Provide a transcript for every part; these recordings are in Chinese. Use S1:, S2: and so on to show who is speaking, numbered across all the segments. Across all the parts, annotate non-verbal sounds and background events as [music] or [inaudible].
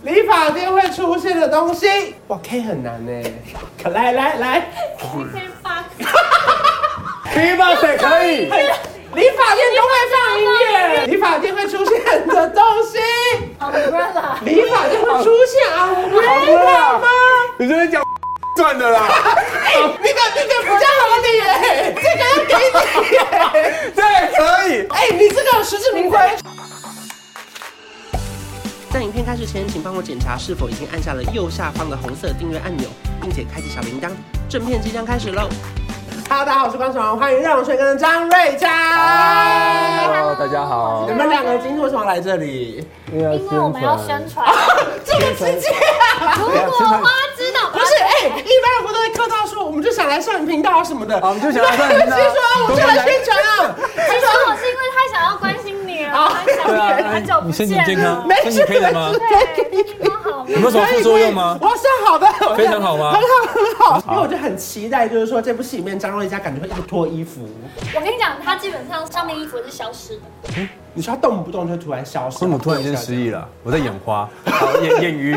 S1: 理发店会出现的东西。哇，K 哦很难呢。可来来来
S2: ，K box，
S3: K box 也可
S1: [laughs]
S3: 以，
S1: 哎理发店都会放音乐。理发店会出现的东西。
S2: umbrella，
S1: 理发店会出现啊？没有吗？
S3: 你这边
S4: [laughs]
S3: 讲赚的啦，
S1: 哎，那个那个比较合理耶，这个要给你耶。
S3: 这也可以。
S1: 哎，你这个实至名归。在影片开始前，请帮我检查是否已经按下了右下方的红色订阅按钮，并且开启小铃铛。正片即将开始喽！Hello，大家好，我是关爽，欢迎让我帅跟张瑞佳。
S3: Hello，大家好
S1: 你，们两个今天为什么来这里？
S3: 因为
S2: 因为我们要宣传。
S1: 这个直接啊！
S2: 如果花知道，
S1: 不是，哎、一般人不都会客套说，我们就想来上你频道啊什么的。
S3: 啊
S4: 哦
S3: 我们就想来上你频道
S1: 直接说啊，我们就来宣传啊。
S2: 其实我是因为太想要关心你了，
S1: 啊
S2: 很想你，啊很久不
S4: 你
S2: 见
S4: 身
S2: 了。
S4: 体健康
S1: 没，
S4: 身
S1: 事
S4: 体可以了吗
S1: 没？事
S2: 对，健康好吗
S4: 有没有什么副作用吗？
S1: [laughs] 我是好的，
S4: 非常好吗
S1: 很好，很好。因为我就很期待，就是说这部戏里面张若昀家感觉会一直脱衣服，
S2: 我跟你讲，它基本上上面衣服是消失的。
S1: 你说他动不动就突然消失。
S4: 为什么突然间失忆了？我在眼花，好眼 [laughs] 眼鱼，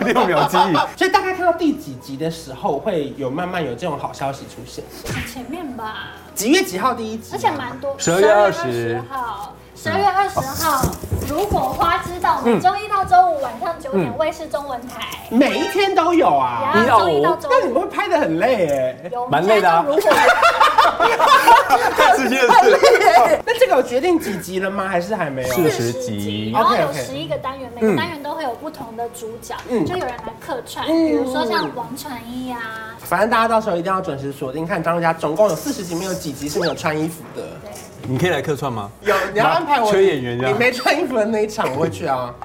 S4: 六秒记忆。
S1: 所以大概看到第几集的时候，会有慢慢有这种好消息出现。
S2: 前面吧，
S1: 几月几号第一集？啊
S2: 而且蛮多。
S4: 12月20
S2: 12号，十二月二十号，如果花知道，每周一到周五晚上九点，卫视中文台。
S1: 每一天都有啊。
S2: 然后周一
S4: 一到
S2: 到
S4: 五
S2: 周
S1: 那你
S2: 五
S1: 们会拍的很累哎。
S2: 有
S4: 蛮累的啊
S2: 如果
S4: 太直接了，
S1: [laughs] 那这个有决定几集了吗？还是还没有？
S4: 是40集
S2: 然后有
S1: OK，OK
S2: 十一个单元，每个单元都会有不同的主角，
S1: 嗯
S2: 就有人来客串，
S1: 嗯
S2: 比如说像王传一啊，
S1: 反正大家到时候一定要准时锁定看张若佳，总共有四十集，没有几集是没有穿衣服的。
S4: 你可以来客串吗？
S1: 有，你要安排我
S4: 缺演员这样
S1: 你没穿衣服的那一场，我会去啊。 [laughs]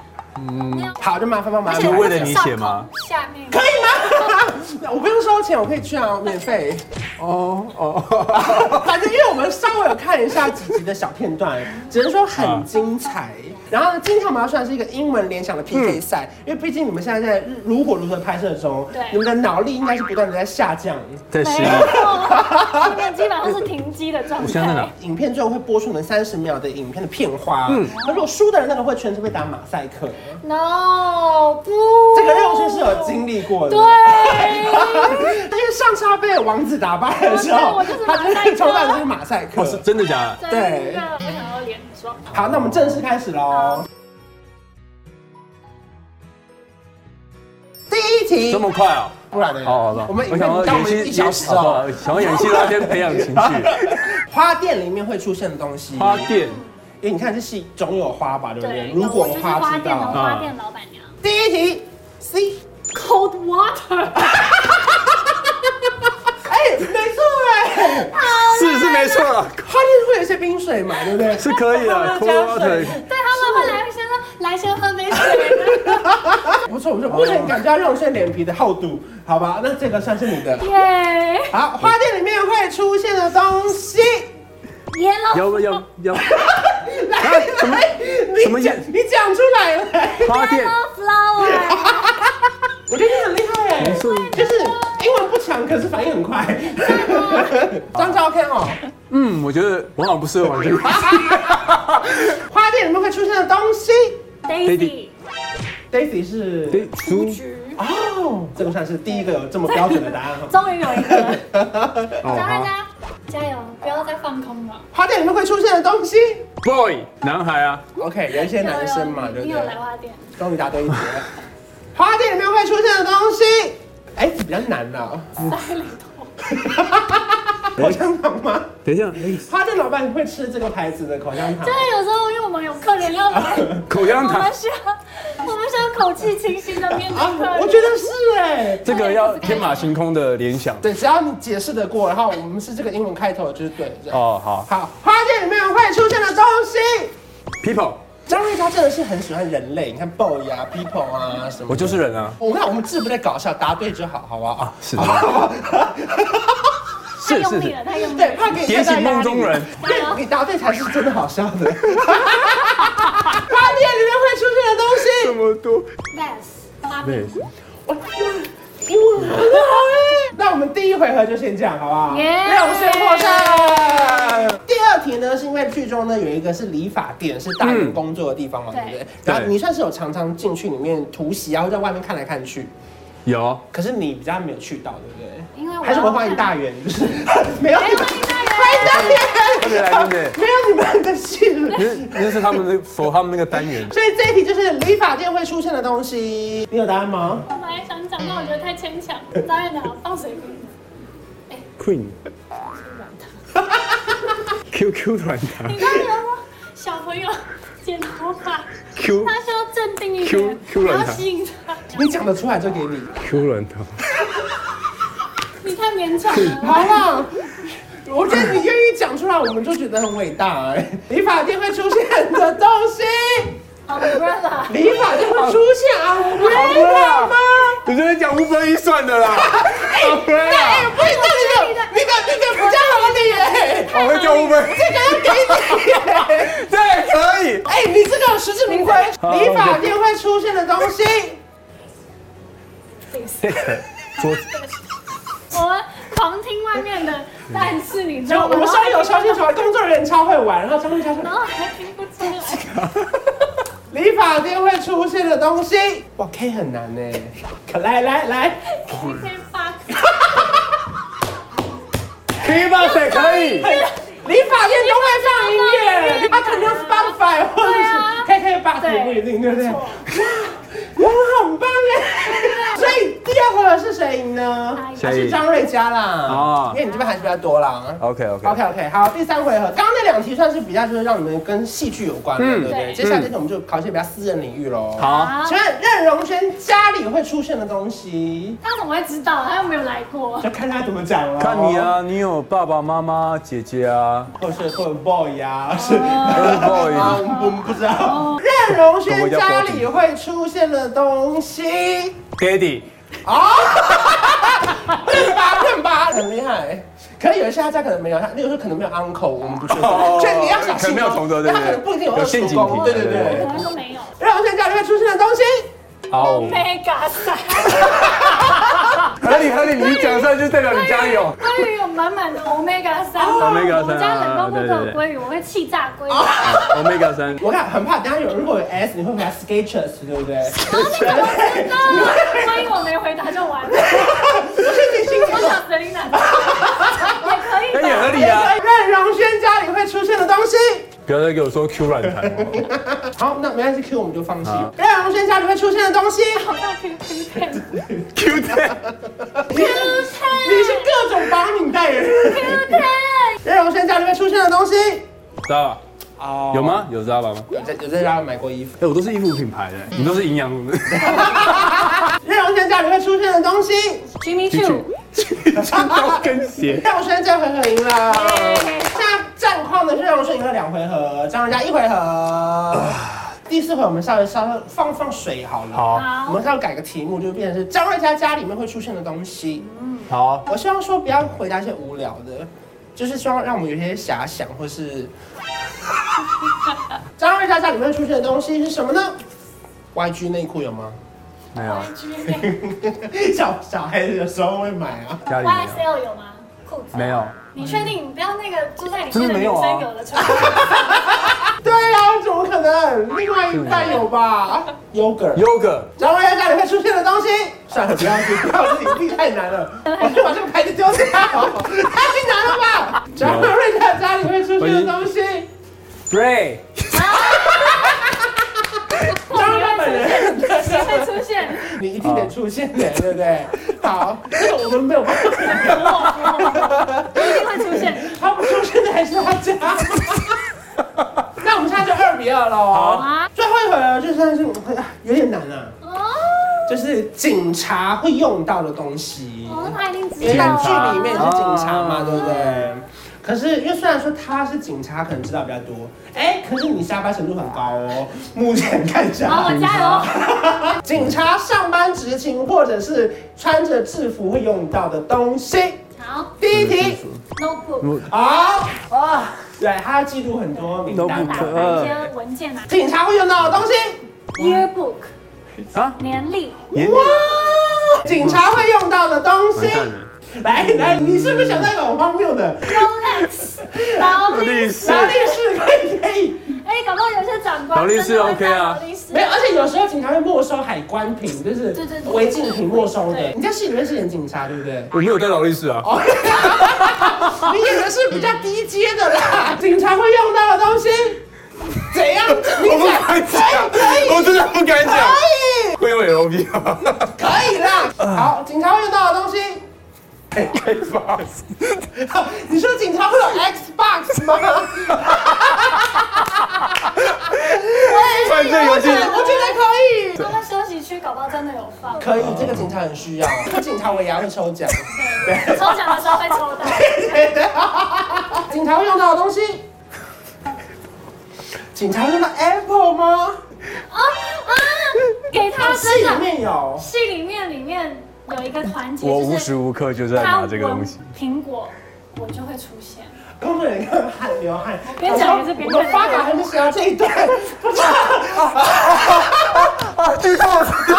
S2: 那样
S1: 好，就麻烦帮忙
S2: 而
S1: 安
S2: 且
S1: 排。
S4: 是为了你写吗？
S2: 下面
S1: 可以吗？我 [laughs] 不用收钱，我可以去啊，免费。
S4: 哦哦，
S1: [laughs] 反正因为我们稍微有看一下几集的小片段，只能说很精彩。然后呢，今天我们要算是一个英文联想的
S4: 嗯
S1: PK 赛，因为毕竟你们现在在如火如荼的拍摄中
S2: 对，
S1: 你们的脑力应该是不断的在下降。
S4: 在失
S2: 没
S4: 忆。
S2: 有，后面基本上是停机的状
S4: 我现在在
S2: 态
S4: 哪。
S1: 影片最后会播出我们三十秒的影片的片花，嗯，那如果输的人那个会全程被打马赛克，
S2: No，不，
S1: 这个任务圈是有经历过的。
S2: 对，啊
S1: [laughs] 但是上次他被王子打败的时候
S2: 我知道我，就是马
S1: 他
S2: 赛克
S1: 就是抽到的是马赛
S4: 哦，
S1: 克。
S4: 是真的假的？
S2: 真
S1: 对
S2: 的，我想要脸妆。
S1: 好，那我们正式开始喽。第一
S4: 这
S1: 题，
S4: 么快哦？
S1: 不然呢？
S4: 哦，
S1: 我们
S4: 我
S1: 你
S4: 想
S1: 到我
S4: 要演
S1: 们
S4: 戏，
S1: 一小时
S4: 好不
S1: 哦。
S4: 好想要演戏都要先培养情绪。
S1: 花店里面会出现的东西，
S4: [laughs] 花店
S1: 因为你看这戏总有花吧，对不对？
S2: 对，
S1: 如
S2: 我
S1: 果
S2: 就是
S1: 花啊
S2: 花
S1: 知
S2: 店哦的
S1: 道，
S2: 花店老板娘。
S1: 第一题 C。
S2: Cold water， [laughs]
S1: 哎，没错哎，
S4: 是是没错了，
S1: 花店会有一些冰水嘛，对不对？
S4: 是可以的。
S2: [laughs]
S1: 加水
S4: Cold water
S2: 对他们会来先说来先喝杯水，
S1: 不错不错，目前感觉到肉馅脸皮的厚度，好吧？那这个算是你的。
S2: 耶，
S1: [laughs] 好，花店里面会出现的东西，
S2: 耶喽。
S4: 要不要要
S1: 来，
S4: 什么
S1: 来
S4: 什么
S1: [laughs] 你讲
S4: 意
S1: 你讲出来了，
S4: 花店
S1: [laughs]
S2: Flower，
S1: 我觉得你很厉害哎
S4: 没，错
S1: 就是英文不强，可是反应很 [laughs] 快。张照片哦，
S4: 嗯，我觉得我好像不适合玩这 [laughs] 个。
S1: 花店里面会出现的东西
S2: Daisy，
S1: ，Daisy 是
S4: 对，
S2: 雏
S4: 出
S2: 菊，
S1: 哦，这个算是第一个有这么标准的答 [laughs] 案哈。
S2: 终于有一个，
S4: 哦
S2: 张瑞
S4: 好
S2: 佳，加油，不要再放空了。
S1: 花店里面会出现的东西
S4: boy 男孩啊，
S1: ，OK，有一些男生嘛，对
S2: 你
S1: 不
S2: 有
S1: 对
S2: 来？花店？
S1: 终于答对一题了。花店里面会出现的东西，哎，比较难了。
S2: 塞里头，
S1: 口香糖吗？
S4: 等一下，哎
S1: 花店老板会吃这个牌子的口香糖
S2: 就。是有时候因为我们有客人
S1: [laughs]
S2: 要来，
S4: 口香
S2: 我
S4: 糖
S2: 们。需要我们需要口气清新的面对
S1: [laughs] 啊
S2: 客人。，
S1: 我觉得是哎、
S4: 这个要天马行空的联想。
S1: 对，只要你解释得过，然后我们是这个英文开头的就是对的。哦，
S4: 哦，好
S1: 好，花店里面会出现的东西。
S4: ，people，
S1: 张瑞他真的是很喜欢人类，你看 boy 啊、people 啊什么。
S4: 我就是人啊，
S1: 我看我们字不在搞笑，答对就好，好不好？ [laughs] 啊，
S4: 是
S1: 好
S4: [laughs]
S1: 不好
S2: 太用力了，太用力
S1: 对，
S2: 了。
S1: 怕给
S4: 点醒梦中人。
S1: 对，你答对才是真的好笑 [laughs] 的。花店里面会出现的东西
S4: 么多。
S2: Best，芭比
S4: 对，，
S1: 哇，英文很好哎、那我们第一回合就先这样，好不好？
S2: 耶
S1: 让我们先获胜。第二题呢，是因为剧中呢有一个是理发店，是大人工作的地方嘛，
S2: 嗯
S1: 对不对
S2: 对？
S1: 然后你算是有常常进去里面突袭啊，或在外面看来看去，
S4: 有，
S1: 可是你比较没有去到，对不对？
S2: 因为我
S1: 还是我们欢迎大元，就是 [laughs] 没有
S2: 哎
S1: 你们，
S2: 欢
S1: [laughs]
S2: 迎大人，
S4: 特别来宾的，
S1: 没有你们的戏了。
S4: 因为那是他们的否他们那个单元，
S1: 所以这一题就是理发店会出现的东西，你有答案吗？
S2: 我本来想讲，但我觉得太牵强。当然了，放水瓶。
S4: [laughs] Queen。QQ 软糖
S2: 你知道有吗？小朋友剪头发，
S1: [laughs]
S4: ，Q
S2: 他需要镇定一
S4: Q-
S2: 点，
S4: Q
S2: 然
S4: 软
S2: 后
S4: 糖
S2: 吸引他。
S1: 你讲得出来就给你，
S4: Q 软糖，
S2: 你太
S1: [laughs]
S2: 勉强 [laughs] 了。
S1: 好啊了。我觉得你愿意讲出来，我们就觉得很伟大哎、理发店会出现的东西，
S2: Umbrella，
S1: [laughs] 理发店会出现啊，我
S3: 好
S1: 们
S3: 了吗？有些人讲五分一算的
S4: [laughs]
S3: 啦，好分
S1: 哎，
S3: 啊，
S1: 不是，那你的你的你的比较合理哎、
S4: 哦
S3: 我们叫五分，
S1: 这个要给你哎、
S3: 这也可以。
S1: 哎你这个有实至名归，
S4: 好
S1: 理发店会出现的东西，
S4: 桌
S2: 我们狂听外面的，但是你知
S1: 然
S2: 道
S1: 后我们稍微有消息出来，工作人员超会玩，然后张文超说
S2: 然后还听不出来。
S1: [laughs] 理发店会出现的东西，哇 K 很难呢、可来来来，
S2: 你可以发，
S4: K box 也可以，
S1: [laughs] 理发店都会放音乐，他可能 Spotify 或者是 KK b o x 也不一定，对不对？ [laughs] 哇，很棒哎！所以第二回合是谁赢呢？还是张瑞佳啦。
S4: 哦
S1: 因为你这边还是比较多啦。
S4: OK OK
S1: OK OK，好，第三回合，刚刚那两题算是比较就是让你们跟戏剧有关的，
S4: 嗯
S1: 对不对？
S2: 对
S1: 接下来这题我们就考一些比较私人领域喽。，
S4: 好，
S2: 好
S1: 请问任荣轩家里会出现的东西，
S2: 他怎么会知道？他又没有来过。
S1: 就看他怎么讲了。
S4: 看你，啊，你有爸爸妈妈、姐姐啊
S1: 或是或者 boy 呀，是
S4: 哦
S1: 啊，
S4: ，boy，
S1: 我们我们不知道。任荣轩家里会出现的东西，
S4: Daddy，
S1: 认吧认吧，很厉害。可能有一些他家可能没有，他例如说可能没有 uncle，我们不确定。
S4: 哦
S1: 所以你要小
S4: 可
S1: 心哦，
S4: 能没有同桌对不对
S1: 他可能不一定有
S4: 有陷阱
S1: 二叔公对
S4: 题
S1: 对
S4: 对对
S1: 对
S2: 我。们都没有。
S1: 任荣轩家里会出现的东西，
S4: 哦，
S2: Omega 三，
S4: 合理合理，你讲出来就代表你家有。
S2: 鲑鱼有满满的 Omega 三。啊
S4: Omega 啊
S2: 我们家冷冻库都
S4: 对对啊
S2: 有
S4: 对
S2: 鲑鱼，我会气炸鲑鱼。啊
S4: Omega 三，
S1: 我看很怕，等下有如果有 s，你会回答 sketches，对不
S4: [laughs]
S1: 对？
S2: 万一我没回答就完了。我想谁呢？也
S4: 那
S2: 可以
S4: 也合
S2: 吧。
S4: 理啊。
S1: 哎任荣轩家里会出现的东西。
S4: 不要再给我说 Q 软糖哦，
S1: 呃好，那没关系，Q 我们就放弃
S4: 好。
S1: 任荣轩家里会出现的东西，
S2: 好像 QQ 片
S4: [laughs]
S3: ，Q 弹，
S1: 你是各种帮你代言人。任荣轩家里会出现的东西，
S4: 知道吧？
S1: 哦
S4: 有？吗？有知道吧吗？
S1: 有在有在家里买过衣服。
S4: 哎，我都是衣服品牌的，你都是营养的。
S1: 任荣轩家里会出现的东西，
S2: Jimmy Choo，
S4: 高跟鞋，
S1: 任荣轩这回合赢了。现在战况呢是任荣轩赢了两回合，张人家一回合。第四回我们稍微稍微放放水好了。
S4: 好
S1: 我
S2: 好
S1: 们，稍微改个题目，就变成是张瑞佳家里面会出现的东西。
S4: 好，
S1: 我希望说不要回答一些无聊的，就是希望让我们有一些遐想，或是 [laughs] 张瑞佳家里面会出现的东西是什么呢？YG 内裤有吗？
S4: 没有，
S1: [laughs] 小小孩子有时候会买啊。
S4: 家里没有，
S2: YSL 有吗？裤子
S4: 没。有，
S2: 你确定你不要那个住在里
S4: 真
S2: 面
S4: 的
S2: 的
S4: 没
S2: 女
S4: 有啊
S2: 生有了穿过？
S1: 对啊，怎么可能？另外一半有吧？Yogurt。
S4: Yoga，
S1: 张瑞佳家里会出现的东西，算了，不要去，不要去，一定太难了，我就把这个牌子丢掉，太难了吧？张瑞佳家里会出现的东西。
S4: Ray，
S1: 张
S2: [laughs]
S1: 瑞本人，
S2: 谁会出现？
S1: 你一定得出现的，对不对？好，这个我们啊没有办法，
S2: 服我服我一定会出现。
S1: 他不出现的还是他家。那我们现在就二比二喽。哦
S2: 啊
S1: 最后一回合就算是有点难啊，
S2: 哦，
S1: 就是警察会用到的东西，
S2: 哦，他一定知道。
S1: 因为在剧里面是警察嘛，
S4: 哦
S1: 对不对？可是，因为虽然说他是警察，可能知道比较多，哎、可是你下班程度很高哦。目前看起来，
S2: 好，我加油。
S1: [laughs] 警察上班执勤或者是穿着制服会用到的东西。
S2: 好
S1: 第一题，
S2: ，notebook，
S1: 好啊，对，他要记录很多名单
S4: 都
S2: 打
S4: 不
S1: 嘛。
S4: 可
S2: 开一些文件
S4: 呃
S2: 啊
S1: 警察会用到的东西，
S2: ，yearbook，
S4: 啊，
S2: 年历，
S4: 眼
S1: 哇，警察会用到的东西
S4: 完，蛋了，
S1: 来来，你是不是想到一个很荒谬的？
S4: [laughs]
S2: Rolex 劳力
S4: 律
S2: 士，
S4: 师
S1: 劳力士可以可以，
S2: 哎，搞不好有些长官
S4: 劳力士
S2: 真的会
S4: OK 啊
S2: 戴劳力士
S1: 没有，而且有时候警察会没收海关品，就是
S2: 对对对
S1: 违禁品没收的
S2: 对。
S1: 你在戏里面饰演警察，对不对？
S4: 我没有戴劳力士啊，
S2: 哦
S1: 你演的是比较低阶的啦，警察会用到的东西，怎样？你
S3: 我不
S1: 讲
S3: 敢
S4: 啊
S3: 讲
S1: 可以，
S3: 我真的不敢讲。
S1: 可以
S3: 会用 LV 吗？
S1: 可以啦。好，警察会用到的东西。 [laughs]
S3: Xbox
S1: 好你说警察会有 Xbox 吗？
S3: 犯罪游戏
S1: 我觉得可以。
S2: 他们休息区搞不好真的有
S4: [laughs]
S2: 放，
S1: 可以，这个警察很需要，这警察我也要会抽奖。
S2: 抽奖的时候会抽到。
S1: 警察会用到的东西，警察会用到 Apple 吗？
S2: 啊啊！给他
S1: 戏
S2: 真
S1: 里
S2: 的
S1: 面有。
S2: 戏里面里面有一个环节，
S4: 我
S2: 就是
S4: 无时无刻就在
S2: 他
S4: 拿
S2: 闻
S4: 这个东西。
S2: 苹果，我就会出现。
S1: 刚刚有一个汗流汗，
S2: 边讲也是边看
S1: 我的发卡还没写到这一
S2: [laughs]
S1: 段，不知道。
S3: 啊，剧透
S2: 我不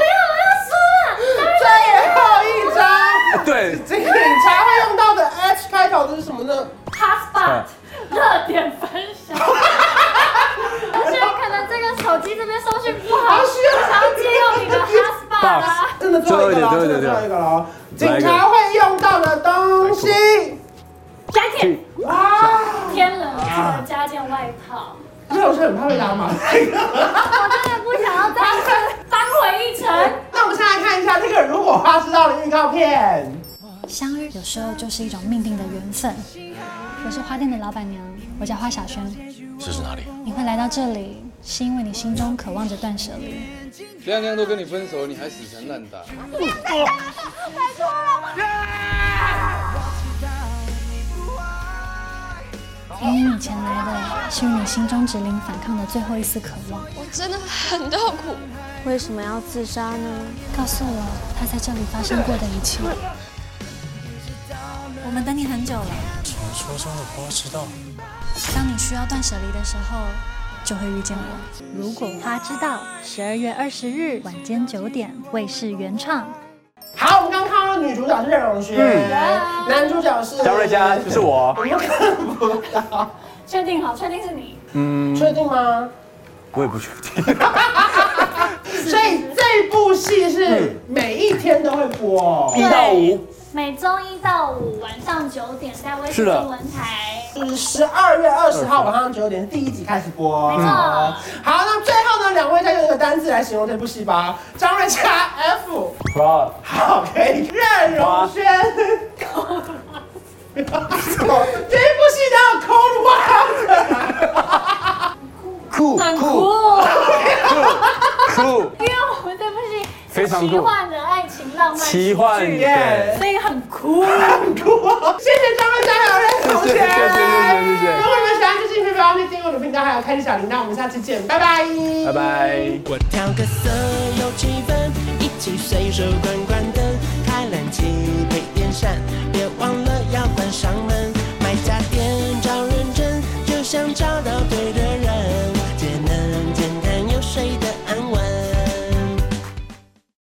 S2: 要，我要输了。
S1: 最后一张，
S4: 对，
S1: 这个警察会用到的 H 开头的是什么呢？
S2: Hotspot 热点分享。而且可能这个手机这边搜讯不好，想要借用你的 Hotspot 啊。
S1: 真的最后一个了，真的最后一个了哦。警察会用到的东西，
S2: 家电，
S1: 哇，
S2: 天冷记得加件外套。
S1: 因为我是很怕被打码。
S2: [laughs] 我真的不想要再翻回一层。
S1: 那我们先来看一下这个《如果花知道》的预告片。
S5: 相遇有时候就是一种命定的缘分。我是花店的老板娘，我叫花小轩。
S6: 这是哪里？
S5: 你会来到这里，是因为你心中渴望着断舍离。
S7: 亮亮都跟你分手，你还死缠烂打。
S5: 因因你前来的，是与你心中指令反抗的最后一丝渴望。
S8: 我真的很痛苦。为什么要自杀呢？
S5: 告诉我，他在这里发生过的一切。我们等你很久了。
S9: 嗯
S5: 传说中的花知道。当你需要断舍离的时候，就会遇见我。
S9: 如果花知道，十二月二十日晚间九点，卫视原创。
S1: 好，我们刚刚看到女主角是任容萱，
S2: 嗯
S1: 男主角是
S4: 张瑞佳就是我，
S1: 我们看不到，
S2: 确定好，确定是你。
S1: 确定吗？
S4: 我也不确定。
S3: [laughs]
S2: 嗯
S1: 所以这部戏
S4: 嗯
S1: 是每一天都会播哦、
S4: 一到五，
S2: 每周一到五晚上九点在微信
S4: 是的
S2: 新闻台。
S1: 是十二月二十号晚上九点第一集开始播。
S2: 没错
S1: 好，那最后呢，两位再用一个单字来形容这部戏吧。张瑞佳 F，
S4: 哇
S1: 好，可以。任容萱，什么？ [laughs] 这一部戏叫 Cold Water。
S4: 酷
S2: 很酷，
S4: 酷酷，
S2: 因为我们这部戏
S4: 非常酷
S2: 奇幻的爱情浪漫
S4: 奇幻
S2: 喜剧
S4: 对，
S2: 所以很酷。
S1: 很酷哦！谢谢张瑞佳还有任同学。
S4: 谢谢谢谢谢谢
S1: 如果你们喜欢这期影片，不要忘记订阅我的频道，还有开启小铃铛。我们下期见，拜拜。
S4: 拜拜。
S10: 我调个色有气氛，一起随手关关灯，开冷气配电扇，别忘了要关上门。买家电找认真，就像找到对